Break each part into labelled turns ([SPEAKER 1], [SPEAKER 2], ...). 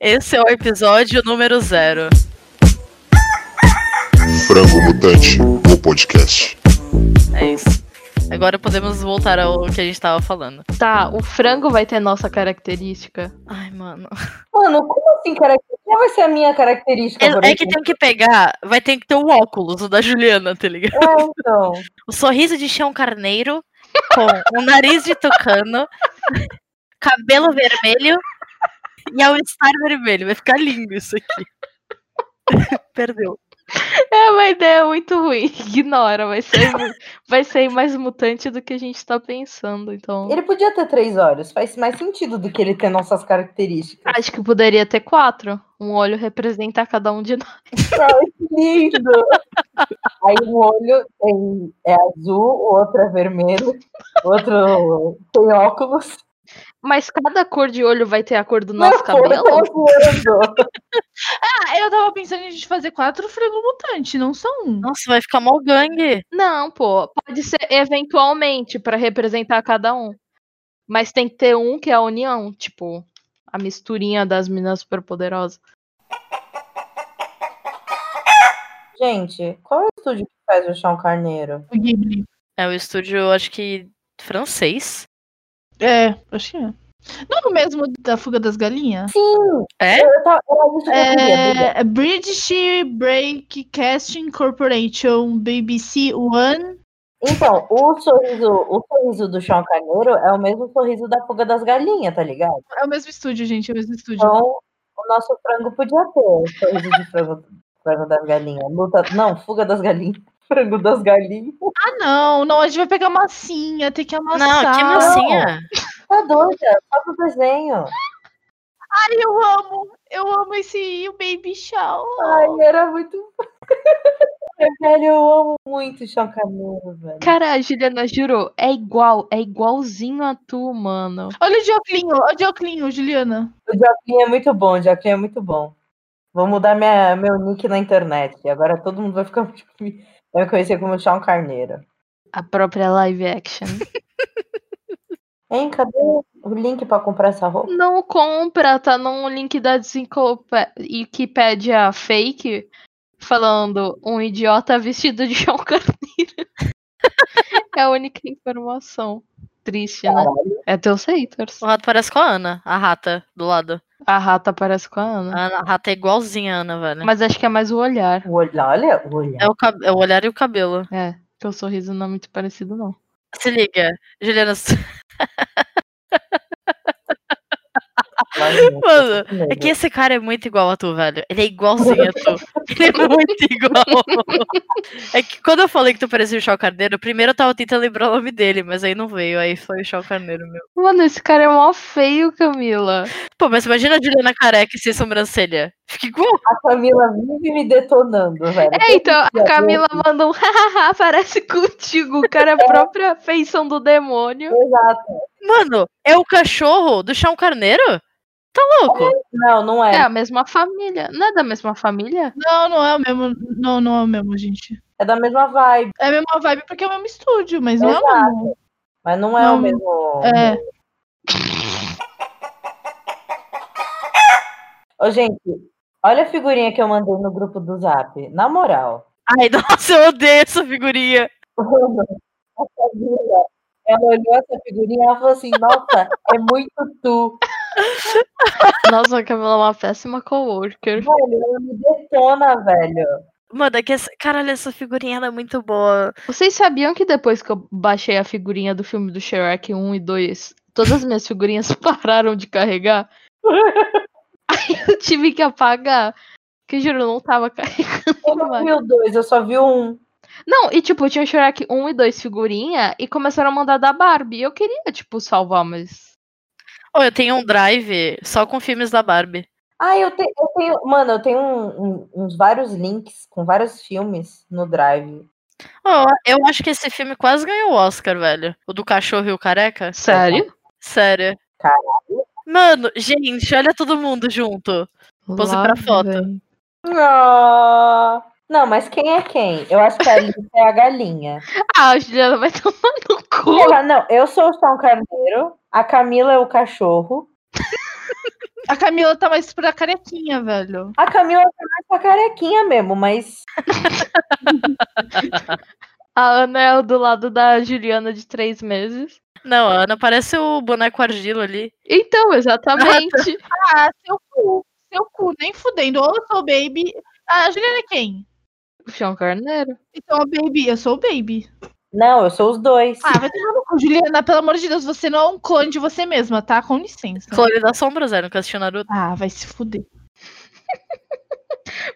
[SPEAKER 1] Esse é o episódio número zero.
[SPEAKER 2] Um Frango Mutante, o podcast.
[SPEAKER 1] É isso. Agora podemos voltar ao que a gente tava falando.
[SPEAKER 3] Tá, o frango vai ter nossa característica.
[SPEAKER 1] Ai, mano.
[SPEAKER 4] Mano, como assim, característica? Qual vai ser a minha característica? por
[SPEAKER 1] É, é que tem
[SPEAKER 4] exemplo?
[SPEAKER 1] que pegar, vai ter que ter o óculos, o da Juliana, tá ligado?
[SPEAKER 4] É, então.
[SPEAKER 1] O sorriso de chão carneiro, com o nariz de tucano, cabelo vermelho e ao estar vermelho. Vai ficar lindo isso aqui. Perdeu.
[SPEAKER 3] É uma ideia muito ruim. Ignora, vai ser, mu- vai ser mais mutante do que a gente tá pensando. Então,
[SPEAKER 4] Ele podia ter três olhos, faz mais sentido do que ele ter nossas características.
[SPEAKER 3] acho que poderia ter quatro. Um olho representa cada um de nós.
[SPEAKER 4] Lindo! Aí um olho tem- é azul, o outro é vermelho, o outro tem óculos.
[SPEAKER 3] Mas cada cor de olho vai ter a cor do
[SPEAKER 4] Não,
[SPEAKER 3] nosso
[SPEAKER 4] pô, eu
[SPEAKER 3] cabelo?
[SPEAKER 4] tô zoando.
[SPEAKER 5] Ah, eu tava pensando em a gente fazer quatro frango mutante, não só um.
[SPEAKER 1] Nossa, vai ficar mal gangue.
[SPEAKER 3] Não, pô. Pode ser eventualmente pra representar cada um. Mas tem que ter um que é a união, tipo, a misturinha das meninas superpoderosas.
[SPEAKER 4] Gente, qual é o estúdio que faz o chão carneiro?
[SPEAKER 5] O Ghibli.
[SPEAKER 1] É o estúdio, acho que francês.
[SPEAKER 5] É, acho que é. Não é o mesmo da Fuga das Galinhas?
[SPEAKER 4] Sim!
[SPEAKER 1] É?
[SPEAKER 4] Eu tava, era isso que eu queria, Duda.
[SPEAKER 5] É, British Breakcasting Corporation BBC One.
[SPEAKER 4] Então, o sorriso, o sorriso do chão carneiro é o mesmo sorriso da fuga das galinhas, tá ligado?
[SPEAKER 5] É o mesmo estúdio, gente, é o mesmo estúdio.
[SPEAKER 4] Então, o nosso frango podia ter o sorriso de frango, frango das galinhas. Luta, não, fuga das galinhas. Frango das galinhas.
[SPEAKER 5] Ah, não, não, a gente vai pegar massinha, tem que amassar.
[SPEAKER 1] Não, que massinha.
[SPEAKER 4] Tá doida, só pro desenho.
[SPEAKER 5] Ai, eu amo, eu amo esse o Baby Shower.
[SPEAKER 4] Ai, era muito. Ai, Velho, eu amo muito o chão carneiro, velho.
[SPEAKER 3] Cara, a Juliana jurou. É igual, é igualzinho a tu, mano.
[SPEAKER 5] Olha o Dioclinho, olha o Dioclinho, Juliana.
[SPEAKER 4] O Joaquim é muito bom, o Joaquim é muito bom. Vou mudar minha, meu nick na internet. Agora todo mundo vai ficar. me- Vai me conhecer como chão carneiro.
[SPEAKER 3] A própria live action.
[SPEAKER 4] Hein, cadê o link pra comprar essa roupa?
[SPEAKER 3] Não compra, tá num link da desencopé- Wikipédia fake falando um idiota vestido de João Carneiro. é a única informação. Triste, né? É teus haters.
[SPEAKER 1] O rato parece com a Ana, a rata do lado.
[SPEAKER 3] A rata parece com a Ana.
[SPEAKER 1] A, Ana- a rata é igualzinha a Ana, velho.
[SPEAKER 3] Mas acho que é mais o olhar.
[SPEAKER 4] O olho, olha, o olho.
[SPEAKER 1] É o, cab- é o olhar e o cabelo.
[SPEAKER 3] É, porque o sorriso não é muito parecido, não.
[SPEAKER 1] Se liga, Juliana. Mano, É que esse cara é muito igual a tu, velho. Ele é igualzinho a tu. Ele é muito igual. É que quando eu falei que tu parecia o Chau Carneiro, primeiro eu tava tentando lembrar o nome dele, mas aí não veio. Aí foi o Chau Carneiro meu.
[SPEAKER 3] Mano, esse cara é mó feio, Camila.
[SPEAKER 1] Pô, mas imagina a Juliana careca e sem sobrancelha. Fica igual.
[SPEAKER 4] A Camila vive me detonando, velho.
[SPEAKER 3] É, então,
[SPEAKER 4] Todo dia
[SPEAKER 3] a Camila
[SPEAKER 4] eu-
[SPEAKER 3] manda um hahaha, parece contigo. O cara é a própria feição do demônio.
[SPEAKER 4] Exato.
[SPEAKER 1] Mano, é o cachorro do Chau Carneiro? Tá louco?
[SPEAKER 4] Não, não
[SPEAKER 3] É
[SPEAKER 4] é.
[SPEAKER 3] a mesma família. Não é da mesma família?
[SPEAKER 5] Não, não é o mesmo, não, não é o mesmo, gente.
[SPEAKER 4] É da mesma vibe,
[SPEAKER 5] É a mesma vibe porque é o mesmo estúdio, mas não é o
[SPEAKER 4] Exato.
[SPEAKER 5] mesmo.
[SPEAKER 4] mas não é o
[SPEAKER 5] Não,
[SPEAKER 4] mesmo.
[SPEAKER 5] É.
[SPEAKER 4] Ô, gente, olha a figurinha que eu mandei no grupo do Zap. Na moral.
[SPEAKER 1] Ai, nossa, eu odeio essa figurinha.
[SPEAKER 4] A Camila, ela olhou essa figurinha e ela falou assim, nossa, é muito tu.
[SPEAKER 3] Nossa, a Camila é uma péssima coworker.
[SPEAKER 4] Velho, ela me detona, velho.
[SPEAKER 1] Mano, é que essa... caralho, essa figurinha ela é muito boa.
[SPEAKER 3] Vocês sabiam que depois que eu baixei a figurinha do filme do Shrek 1 e 2, todas as minhas figurinhas pararam de carregar? Aí eu tive que apagar. Que juro, não tava
[SPEAKER 4] Eu
[SPEAKER 3] carregando
[SPEAKER 4] não
[SPEAKER 3] mais.
[SPEAKER 4] vi o dois, eu só vi o um.
[SPEAKER 3] Não, e tipo, tinha Shrek 1 e 2 figurinha e começaram a mandar da Barbie. Eu queria, tipo, salvar, mas.
[SPEAKER 1] Oh, eu tenho um drive só com filmes da Barbie.
[SPEAKER 4] Ah, eu, te- eu tenho. Mano, eu tenho um- um- uns vários links com vários filmes no Drive.
[SPEAKER 1] Ó, eu acho que esse filme quase ganhou o Oscar, velho. O do cachorro e o careca.
[SPEAKER 3] Sério?
[SPEAKER 1] Sério.
[SPEAKER 4] Caralho.
[SPEAKER 1] Mano, gente, olha todo mundo junto. Pose pra foto.
[SPEAKER 3] vem.
[SPEAKER 4] Ah, Não, mas quem é quem? Eu acho que a Alice é a galinha.
[SPEAKER 3] Ah, a Juliana vai tomar no cu.
[SPEAKER 4] Ela, não, eu sou o São Carneiro, A Camila é o cachorro.
[SPEAKER 5] A Camila tá mais pra carequinha, velho.
[SPEAKER 4] A Camila tá mais pra carequinha mesmo, mas
[SPEAKER 3] A Ana é o do lado da Juliana de três meses.
[SPEAKER 1] Não, a Ana parece o boneco argilo ali.
[SPEAKER 3] Então, exatamente.
[SPEAKER 5] Ah, seu cu. Seu cu, nem fudendo. Ou eu sou o baby. Ah, a Juliana é quem?
[SPEAKER 3] O João Carneiro.
[SPEAKER 5] Então, a baby. Eu sou o baby.
[SPEAKER 4] não, eu sou os dois.
[SPEAKER 5] Ah, vai tomar no cu. Juliana, pelo amor de Deus, você não é um clone de você mesma, tá? Com licença.
[SPEAKER 1] Clone das sombras, era, nunca assistiu Naruto.
[SPEAKER 5] Ah, vai se fuder.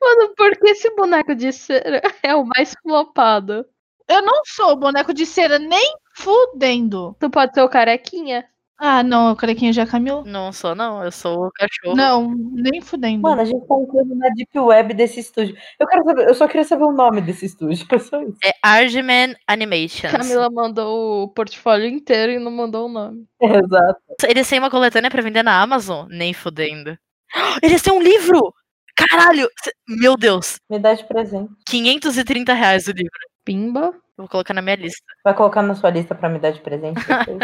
[SPEAKER 3] Mano, por que esse boneco de cera é o mais flopado?
[SPEAKER 5] Eu não sou boneco de cera, nem fudendo.
[SPEAKER 3] Tu pode ser o carequinha?
[SPEAKER 5] Ah, não, a carequinha já é a Camila.
[SPEAKER 1] Não sou, não. Eu sou o cachorro.
[SPEAKER 5] Não, nem fudendo.
[SPEAKER 4] Mano, a gente tá entrando na deep web desse estúdio. Eu quero saber, eu só queria saber o nome desse estúdio, é só isso.
[SPEAKER 1] É Argyman Animations.
[SPEAKER 3] Camila mandou o portfólio inteiro e não mandou o nome.
[SPEAKER 4] Exato.
[SPEAKER 1] Eles têm uma coletânea pra vender na Amazon? Nem fudendo. Eles têm um livro! Caralho! cê- Meu Deus!
[SPEAKER 4] Me dá de presente.
[SPEAKER 1] 530 reais o livro.
[SPEAKER 3] Pimba.
[SPEAKER 1] Vou colocar na minha lista.
[SPEAKER 4] Vai colocar na sua lista pra me dar de presente depois.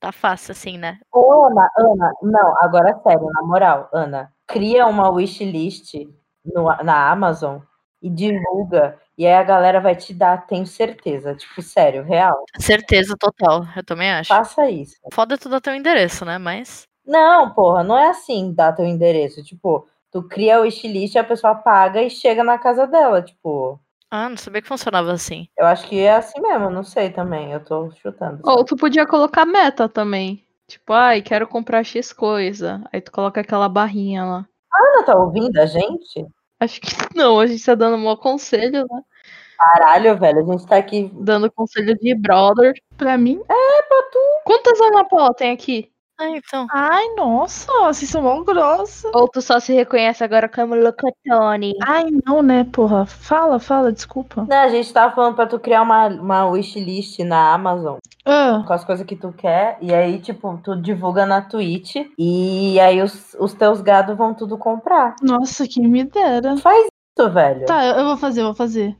[SPEAKER 1] Tá fácil assim, né?
[SPEAKER 4] Ô, Ana, Ana, não, agora é sério, na moral, Ana, cria uma wishlist no, na Amazon e divulga, e aí a galera vai te dar, tenho certeza, tipo, sério, real,
[SPEAKER 1] Certeza total. Eu também acho.
[SPEAKER 4] faça isso.
[SPEAKER 1] Foda tu dar teu endereço, né? Mas.
[SPEAKER 4] Não, porra, não é assim, dá teu endereço, tipo, tu cria a wishlist, a pessoa paga e chega na casa dela, tipo,
[SPEAKER 1] Ah, não sabia que funcionava assim.
[SPEAKER 4] eu acho que é assim mesmo, não sei também, eu tô chutando. só.
[SPEAKER 3] Ou tu podia colocar meta também. Tipo, ai, quero comprar X coisa. Aí tu coloca aquela barrinha lá.
[SPEAKER 4] Ana tá ouvindo a gente?
[SPEAKER 3] Acho que não, a gente tá dando um mau conselho, né?
[SPEAKER 4] Caralho, velho, a gente tá aqui,
[SPEAKER 3] Dando conselho de brother.
[SPEAKER 5] Pra mim?
[SPEAKER 3] Quantas Anapola tem aqui?
[SPEAKER 1] Ah, então.
[SPEAKER 5] Ai, nossa, vocês são mó grossa.
[SPEAKER 3] Ou tu só se reconhece agora como Locatone?
[SPEAKER 5] Ai, não, né, porra. Fala, fala, desculpa.
[SPEAKER 4] né, a gente tava falando pra tu criar uma, uma wishlist na Amazon.
[SPEAKER 5] Ah,
[SPEAKER 4] com as coisas que tu quer, e aí, tipo, tu divulga na Twitch, e aí os, os teus gados vão tudo comprar.
[SPEAKER 5] nossa, quem me dera.
[SPEAKER 4] Faz isso, velho.
[SPEAKER 5] Tá, eu eu vou fazer, eu vou fazer.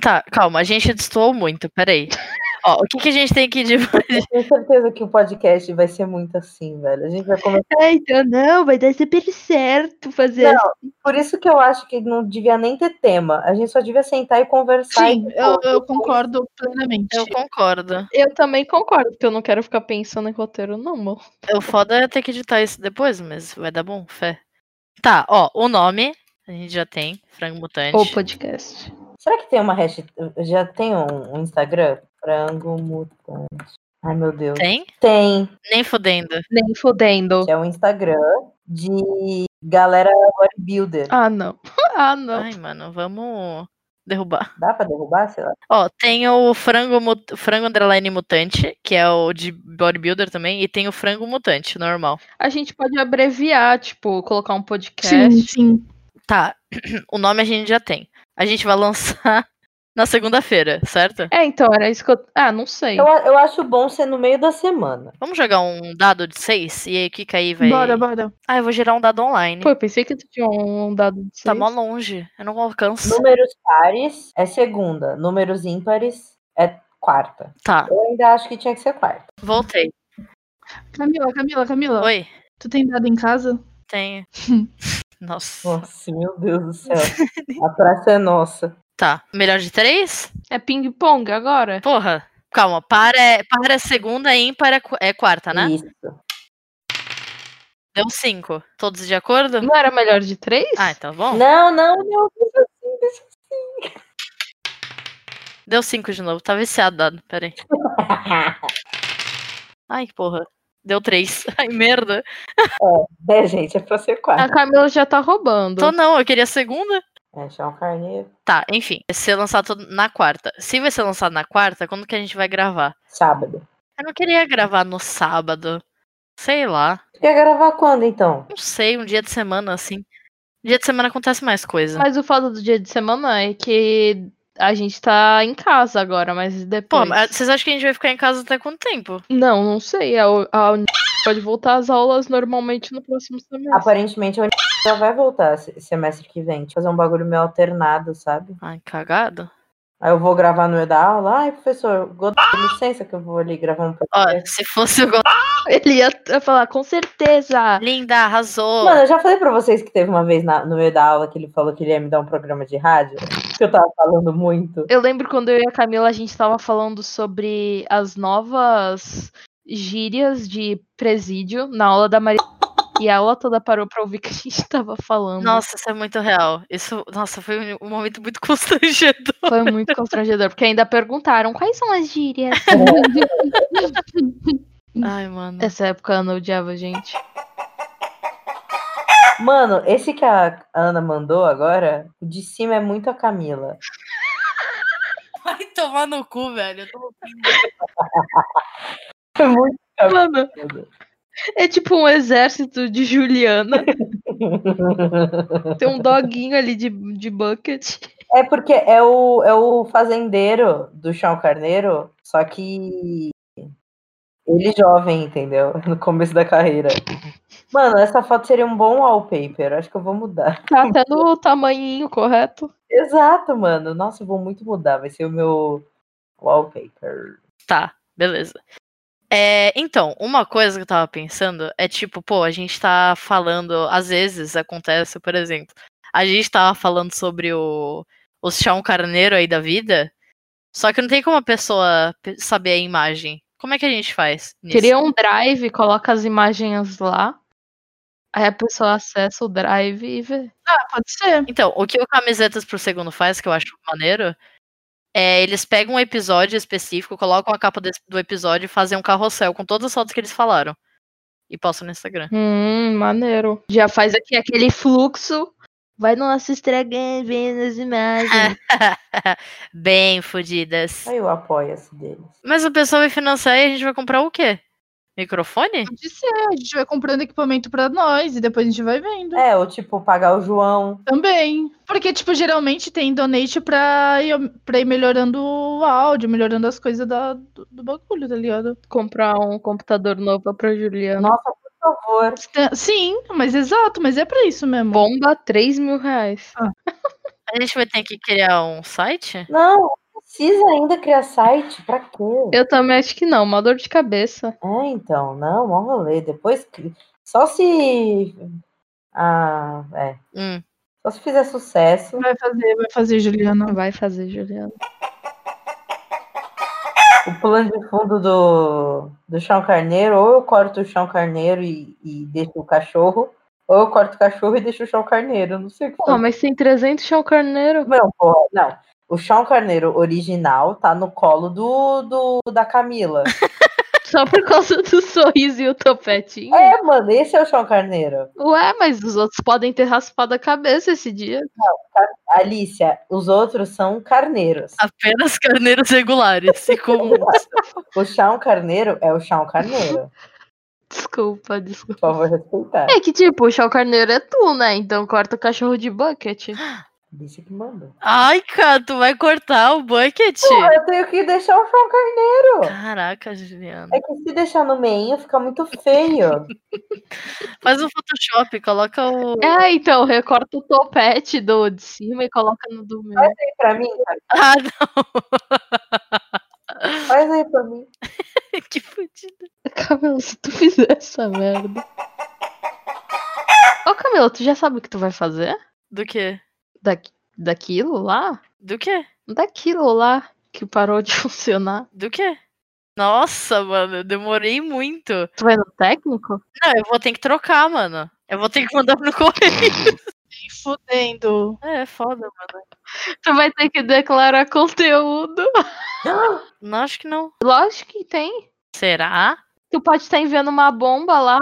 [SPEAKER 1] Tá, calma, a gente destoou muito, peraí. Ó, o que, que a gente tem que divulgar?
[SPEAKER 4] Eu tenho certeza que o podcast vai ser muito assim, velho. A gente vai começar.
[SPEAKER 3] É, então não, vai dar super certo fazer. assim.
[SPEAKER 4] Não, Por isso que eu acho que não devia nem ter tema. A gente só devia sentar e conversar.
[SPEAKER 5] Sim,
[SPEAKER 4] e-
[SPEAKER 5] eu, eu concordo plenamente.
[SPEAKER 1] Eu concordo.
[SPEAKER 3] Eu também concordo, porque eu não quero ficar pensando em roteiro, não, amor.
[SPEAKER 1] O foda é ter que editar isso depois, mas vai dar bom, fé. Tá, ó, o nome a gente já tem, Frango Mutante.
[SPEAKER 3] Ou podcast.
[SPEAKER 4] Será que tem uma hashtag? Já tem um, um Instagram? Frango Mutante. Ai, meu Deus.
[SPEAKER 1] Tem?
[SPEAKER 4] Tem.
[SPEAKER 1] Nem fudendo.
[SPEAKER 3] Nem fudendo.
[SPEAKER 4] É um Instagram de galera bodybuilder.
[SPEAKER 3] Ah, não. Ah, não.
[SPEAKER 1] Ai, mano, vamos derrubar.
[SPEAKER 4] Dá pra derrubar, sei lá?
[SPEAKER 1] Ó, tem o Frango, Mut- Frango Underline Mutante, que é o de bodybuilder também, e tem o Frango Mutante, normal.
[SPEAKER 3] A gente pode abreviar, tipo, colocar um
[SPEAKER 5] Sim,
[SPEAKER 3] podcast.
[SPEAKER 5] sim.
[SPEAKER 1] Tá, o nome a gente já tem. A gente vai lançar na segunda-feira, certo?
[SPEAKER 3] É, então, era isso que eu. Ah, não sei.
[SPEAKER 4] Eu, a- eu acho bom ser no meio da semana.
[SPEAKER 1] Vamos jogar um dado de 6? E aí, o que que aí vai.
[SPEAKER 5] Bora, bora.
[SPEAKER 1] Ah, eu vou gerar um dado online.
[SPEAKER 3] Pô, eu pensei que tu tinha um dado de
[SPEAKER 1] tá
[SPEAKER 3] seis.
[SPEAKER 1] mó longe. Eu não alcanço.
[SPEAKER 4] Números pares é segunda, números ímpares é quarta.
[SPEAKER 1] Tá,
[SPEAKER 4] Eu ainda acho que tinha que ser quarta.
[SPEAKER 1] voltei.
[SPEAKER 5] Camila, Camila, Camila.
[SPEAKER 1] Oi,
[SPEAKER 5] Tu tem dado em casa?
[SPEAKER 1] tenho. Nossa.
[SPEAKER 4] Nossa, meu Deus do céu. A praça é nossa.
[SPEAKER 1] Tá. Melhor de três?
[SPEAKER 3] É ping-pong agora?
[SPEAKER 1] Porra. Calma, para é, par é segunda, ímpar é, qu- é quarta, né?
[SPEAKER 4] Isso.
[SPEAKER 1] Deu cinco. Todos de acordo?
[SPEAKER 3] Não era melhor de três?
[SPEAKER 1] Ah, então bom.
[SPEAKER 4] Não, não, não.
[SPEAKER 1] Deu cinco de novo. Tá viciado dado. Pera aí. Ai, porra. Deu três. Ai, merda.
[SPEAKER 4] É, gente, é pra ser
[SPEAKER 3] A
[SPEAKER 4] quarta.
[SPEAKER 3] Camila já tá roubando.
[SPEAKER 1] Tô não, eu queria a segunda.
[SPEAKER 4] É, João Carneiro.
[SPEAKER 1] Tá, enfim. Vai ser lançado na quarta. Se vai ser lançado na quarta, quando que a gente vai gravar?
[SPEAKER 4] Sábado.
[SPEAKER 1] Eu não queria gravar no sábado. Sei lá.
[SPEAKER 4] Tu quer gravar quando, então?
[SPEAKER 1] Não sei, um dia de semana, assim. Dia de semana acontece mais coisa.
[SPEAKER 3] Mas o foda do dia de semana é que a gente tá em casa agora, mas
[SPEAKER 1] Pô,
[SPEAKER 3] depois.
[SPEAKER 1] mas vocês acham que a gente vai ficar em casa até quanto tempo?
[SPEAKER 3] Não, não sei. A, u- a uni- pode voltar às aulas normalmente no próximo
[SPEAKER 4] Ah,
[SPEAKER 3] semestre.
[SPEAKER 4] Aparentemente, a uni- já vai voltar se- semestre que vem. Tipo, Fazer um bagulho meio alternado, sabe?
[SPEAKER 1] Ai, cagado.
[SPEAKER 4] Aí eu vou gravar no meio da aula. Ai, professor, go- licença que eu vou ali gravar um
[SPEAKER 1] Ó,
[SPEAKER 4] podcast.
[SPEAKER 1] se fosse o
[SPEAKER 3] Ele ia t- falar, com certeza.
[SPEAKER 1] Linda, arrasou.
[SPEAKER 4] Mano, eu já falei pra vocês que teve uma vez na- no meio da aula que ele falou que ele ia me dar um programa de rádio, que eu tava falando muito.
[SPEAKER 3] Eu lembro quando eu e a Camila a gente tava falando sobre as novas gírias de presídio na aula da Maria. E a aula toda parou pra ouvir o que a gente tava falando.
[SPEAKER 1] Nossa, isso é muito real. Isso, nossa, foi um- um momento muito constrangedor.
[SPEAKER 3] Foi muito constrangedor, porque ainda perguntaram quais são as gírias.
[SPEAKER 1] Ai, mano.
[SPEAKER 3] Essa época a Ana odiava a gente.
[SPEAKER 4] Mano, esse que a Ana mandou agora, o de cima é muito a Camila.
[SPEAKER 1] Vai tomar no cu, velho. Eu tô-
[SPEAKER 4] É muito
[SPEAKER 3] Mano, é tipo um exército de Juliana. Tem um doguinho ali de, de bucket.
[SPEAKER 4] É porque é o, é o fazendeiro do Chão Carneiro, só que ele jovem, entendeu? No começo da carreira. Mano, essa foto seria um bom wallpaper. Acho que eu vou mudar.
[SPEAKER 3] Tá até no tamanhinho correto.
[SPEAKER 4] Exato, mano. Nossa, eu vou muito mudar. Vai ser o meu wallpaper.
[SPEAKER 1] Tá, beleza. É, então, uma coisa que eu tava pensando é tipo, pô, a gente tá falando, às vezes acontece, por exemplo, a gente tava falando sobre o, o chão carneiro aí da vida, só que não tem como a pessoa pe- saber a imagem. Como é que a gente faz? nisso?
[SPEAKER 3] Cria um drive, coloca as imagens lá. Aí a pessoa acessa o drive e vê.
[SPEAKER 5] Ah, pode ser.
[SPEAKER 1] Então, o que o Camisetas pro Segundo faz, que eu acho maneiro, é eles pegam um episódio específico, colocam a capa desse- do episódio e fazem um carrossel com todas as fotos que eles falaram. E postam no Instagram.
[SPEAKER 3] Hum, maneiro. Já faz aqui aquele fluxo. Vai no nosso Instagram, vendo as imagens.
[SPEAKER 1] Bem fodidas.
[SPEAKER 4] Aí o apoia-se deles.
[SPEAKER 1] Mas o pessoal vai financiar e a gente vai comprar o quê? Microfone?
[SPEAKER 5] Pode ser. A gente vai comprando equipamento pra nós e depois a gente vai vendo.
[SPEAKER 4] É, ou tipo, pagar o João.
[SPEAKER 5] Também. Porque, tipo, geralmente tem donate pra ir, pra ir melhorando o áudio, melhorando as coisas da, do, do bagulho, tá ligado?
[SPEAKER 3] Comprar um computador novo pra Juliana.
[SPEAKER 4] Nossa, por favor.
[SPEAKER 5] Sim, mas exato, mas é pra isso mesmo.
[SPEAKER 3] Bomba 3 mil reais.
[SPEAKER 1] A gente vai ter que criar um site?
[SPEAKER 4] Não, não precisa ainda criar site. Pra quê?
[SPEAKER 3] Eu também acho que não, uma dor de cabeça.
[SPEAKER 4] É, então, não, mó rolê. Depois. cri- Só se. Ah, é.
[SPEAKER 1] Hum.
[SPEAKER 4] Só se fizer sucesso.
[SPEAKER 5] Vai fazer, vai fazer, Juliana.
[SPEAKER 3] Vai fazer, Juliana.
[SPEAKER 4] O plano de fundo do, do chão carneiro, ou eu corto o chão carneiro e, e deixo o cachorro, ou eu corto o cachorro e deixo o chão carneiro. Não sei o que.
[SPEAKER 3] Pô, mas tem 300 chão carneiro.
[SPEAKER 4] Não, porra, não. O chão carneiro original tá no colo do, do da Camila.
[SPEAKER 3] Só por causa do sorriso e o topetinho.
[SPEAKER 4] É, mano, esse é o chão carneiro.
[SPEAKER 3] Ué, mas os outros podem ter raspado a cabeça esse dia.
[SPEAKER 4] Alicia, os outros são carneiros.
[SPEAKER 1] Ah. Apenas carneiros regulares e um. comuns.
[SPEAKER 4] O chão carneiro é o chão carneiro.
[SPEAKER 3] Desculpa, desculpa.
[SPEAKER 4] Por favor, respeitar.
[SPEAKER 3] É que tipo, o chão carneiro é tu, né? Então corta o cachorro de bucket.
[SPEAKER 4] Alicia que mandou.
[SPEAKER 1] Ai, cara, tu vai cortar o bucket?
[SPEAKER 4] Porra, Ah, eu tenho que deixar o chão carneiro.
[SPEAKER 1] Caraca, Juliana.
[SPEAKER 4] É que se deixar no meio fica muito feio.
[SPEAKER 1] Faz um Photoshop, coloca o.
[SPEAKER 3] É, então recorta o topete do de cima e coloca no do meu.
[SPEAKER 4] Faz aí pra mim, cara.
[SPEAKER 1] Ah, não.
[SPEAKER 4] Faz aí pra mim.
[SPEAKER 1] que fodido.
[SPEAKER 3] Camila, se tu fizer essa merda. Ô Camila, tu já sabe o que tu vai fazer?
[SPEAKER 1] Do quê?
[SPEAKER 3] Daqui, daquilo lá?
[SPEAKER 1] Do quê?
[SPEAKER 3] Daquilo lá que parou de funcionar.
[SPEAKER 1] Do quê? Nossa, mano, eu demorei muito.
[SPEAKER 3] Tu vai no técnico?
[SPEAKER 1] Não, eu vou ter que trocar, mano. Eu vou ter que mandar no correio.
[SPEAKER 5] Nem fudendo.
[SPEAKER 1] É, foda, mano.
[SPEAKER 3] Tu vai ter que declarar conteúdo.
[SPEAKER 1] Não, acho que não.
[SPEAKER 3] Lógico que tem.
[SPEAKER 1] Será?
[SPEAKER 3] Tu pode estar enviando uma bomba lá.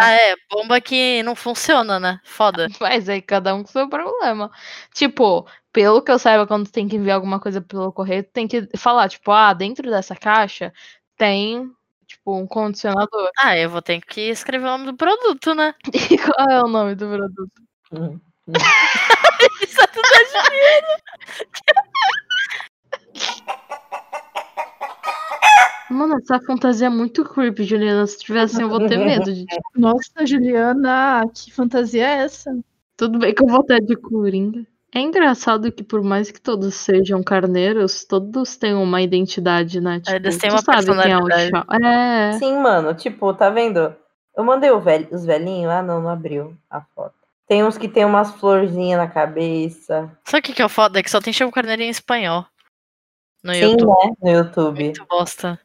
[SPEAKER 1] Ah, é. Bomba que não funciona, né? Foda.
[SPEAKER 3] Mas aí cada um com seu problema. Tipo, pelo que eu saiba, quando tu tem que enviar alguma coisa pelo correio, tu tem que falar, tipo, ah, dentro dessa caixa tem, tipo, um condicionador.
[SPEAKER 1] Ah, eu vou ter que escrever o nome do produto, né?
[SPEAKER 3] E qual é o nome do produto?
[SPEAKER 4] Hum.
[SPEAKER 1] Isso é tudo da Juliana.
[SPEAKER 3] Mano, essa fantasia é muito creepy, Juliana. Se tivesse, eu vou ter medo de ti.
[SPEAKER 5] Nossa, Juliana, que fantasia é essa?
[SPEAKER 3] Tudo bem que eu vou estar de coringa. É engraçado que por mais que todos sejam carneiros, todos têm uma identidade, né? Tipo,
[SPEAKER 1] Eles têm
[SPEAKER 3] tu
[SPEAKER 1] uma
[SPEAKER 3] sabe quem é o
[SPEAKER 1] personalidade.
[SPEAKER 3] Shaw. É.
[SPEAKER 4] Sim, mano, tipo, tá vendo? Eu mandei o velho, os velhinhos. Ah, não, não abriu a foto. Tem uns que tem umas florzinhas na cabeça.
[SPEAKER 1] Sabe o que, que é o foda? É que só tem Chico Carneiro em espanhol. No
[SPEAKER 4] Sim,
[SPEAKER 1] YouTube.
[SPEAKER 4] né? No YouTube.
[SPEAKER 1] Muito bosta.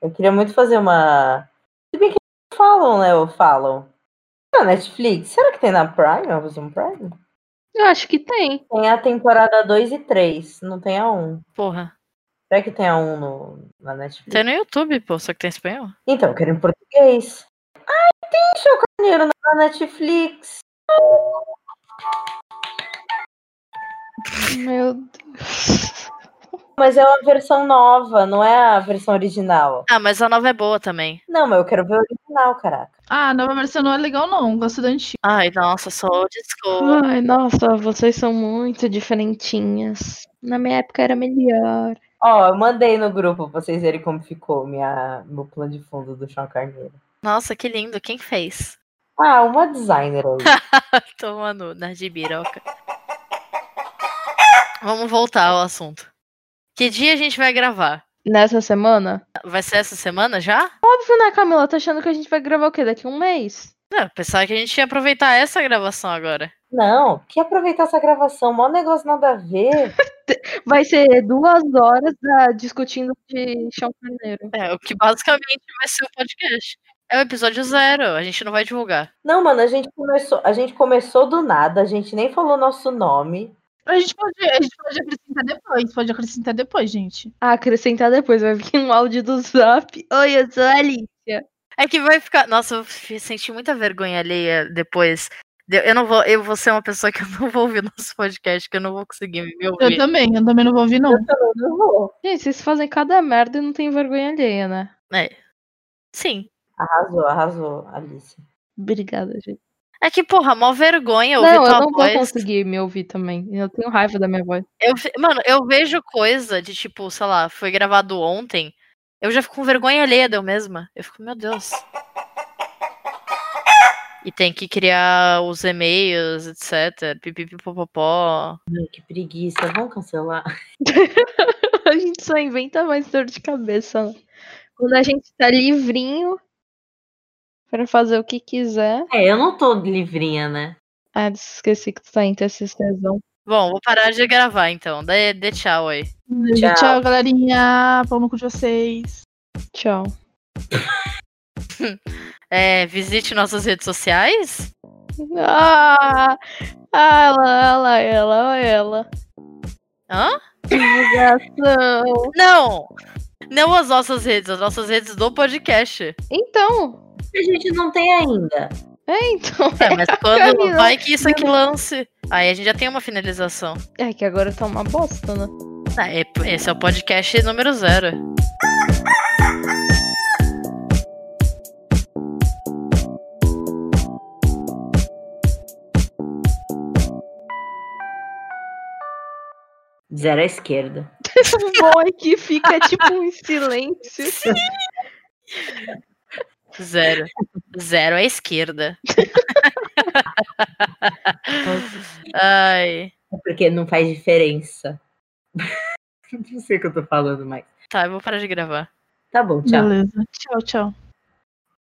[SPEAKER 4] Eu queria muito fazer uma. Se bem que eles falam, né? Ou falam. Na Netflix? Será que tem na Prime? Amazon Prime?
[SPEAKER 3] Eu acho que tem.
[SPEAKER 4] Tem a temporada 2 e 3. Não tem a 1.
[SPEAKER 1] Porra.
[SPEAKER 4] Será que tem a 1 no, na Netflix?
[SPEAKER 1] Tem no YouTube, pô, só que tem em espanhol.
[SPEAKER 4] Então, eu quero em português. Ai, tem show carneiro na Netflix.
[SPEAKER 3] Meu Deus.
[SPEAKER 4] Mas é uma versão nova, não é a versão original.
[SPEAKER 1] Ah, mas a nova é boa também.
[SPEAKER 4] Não, mas eu quero ver o original, caraca.
[SPEAKER 5] Ah, a nova versão não é legal, não. Gosto da antiga.
[SPEAKER 1] Ai, nossa, sou old school.
[SPEAKER 3] Ai, nossa, vocês são muito diferentinhas. Na minha época era melhor.
[SPEAKER 4] Ó, eu mandei no grupo pra vocês verem como ficou minha, meu plano de fundo do Chão Carneiro.
[SPEAKER 1] Nossa, que lindo. Quem fez?
[SPEAKER 4] Ah, uma designer aí.
[SPEAKER 1] Tomando na gibiroca. Vamos voltar ao assunto. Que dia a gente vai gravar?
[SPEAKER 3] Nessa semana?
[SPEAKER 1] Vai ser essa semana já?
[SPEAKER 3] Óbvio, né, Camila? Tá achando que a gente vai gravar o quê? Daqui a um mês?
[SPEAKER 1] Não, pensava que a gente ia aproveitar essa gravação agora.
[SPEAKER 4] Não, que aproveitar essa gravação, mó negócio nada a ver.
[SPEAKER 3] Vai ser duas horas ah, discutindo de chão carneiro.
[SPEAKER 1] É, o que basicamente vai ser o podcast. É o episódio zero, a gente não vai divulgar.
[SPEAKER 4] Não, mano, a gente começou, a gente começou do nada, a gente nem falou nosso nome.
[SPEAKER 5] A gente, pode, a gente pode acrescentar depois. Pode acrescentar depois, gente.
[SPEAKER 3] Ah, acrescentar depois, vai vir um áudio do zap. Oi, eu sou a Alicia.
[SPEAKER 1] É que vai ficar. Nossa, eu f- senti muita vergonha alheia depois. De- Eu não vou. Eu vou ser uma pessoa que eu não vou ouvir nosso podcast, que eu não vou conseguir me
[SPEAKER 5] Eu
[SPEAKER 1] ouvir.
[SPEAKER 5] também, eu também não vou ouvir, não.
[SPEAKER 4] Eu não vou.
[SPEAKER 3] Gente, vocês fazem cada merda e não tem vergonha alheia, né?
[SPEAKER 1] Sim.
[SPEAKER 4] Arrasou, arrasou, Alice.
[SPEAKER 3] Obrigada, gente.
[SPEAKER 1] É que, porra, mó vergonha ouvir
[SPEAKER 3] Não, eu
[SPEAKER 1] tua
[SPEAKER 3] não vou
[SPEAKER 1] voz.
[SPEAKER 3] conseguir me ouvir também. Eu tenho raiva da minha voz.
[SPEAKER 1] Eu, fi- mano, eu vejo coisa de tipo, sei lá, foi gravado ontem. Eu já fico com vergonha alheia de eu mesma. Eu fico, meu Deus. E tem que criar os e-mails, etc. Pipipipopopó.
[SPEAKER 4] Ai, que preguiça, vamos cancelar.
[SPEAKER 3] A gente só inventa mais dor de cabeça. né? Quando a gente tá livrinho pra fazer o que quiser.
[SPEAKER 4] É, eu não tô livrinha, né?
[SPEAKER 3] Ah, esqueci que tu tá em tesão.
[SPEAKER 1] Bom, vou parar de gravar então. Dê, dê tchau aí.
[SPEAKER 5] Tchau,
[SPEAKER 4] Tchau.
[SPEAKER 5] galerinha. Pau no cu de vocês.
[SPEAKER 3] Tchau.
[SPEAKER 1] É, visite nossas redes sociais.
[SPEAKER 3] Ah, ah, ela, ela, ela, ela.
[SPEAKER 1] Hã?
[SPEAKER 3] Divulgação.
[SPEAKER 1] Não! Não as nossas redes, as nossas redes do podcast.
[SPEAKER 3] Então,
[SPEAKER 4] A gente não tem ainda.
[SPEAKER 3] é então.
[SPEAKER 1] É, mas quando
[SPEAKER 3] Camila,
[SPEAKER 1] vai que isso aqui lance. Aí a gente já tem uma finalização.
[SPEAKER 3] É que agora tá uma bosta, né?
[SPEAKER 1] Ah, é- Esse é o podcast número zero.
[SPEAKER 4] Zero à esquerda.
[SPEAKER 3] Bom é que fica tipo um silêncio.
[SPEAKER 1] Zero. Zero à esquerda. Ai.
[SPEAKER 4] É Porque não faz diferença. não sei o que eu tô falando mais.
[SPEAKER 1] Tá, eu vou parar de gravar.
[SPEAKER 4] Tá bom, tchau.
[SPEAKER 5] Beleza. Tchau, tchau.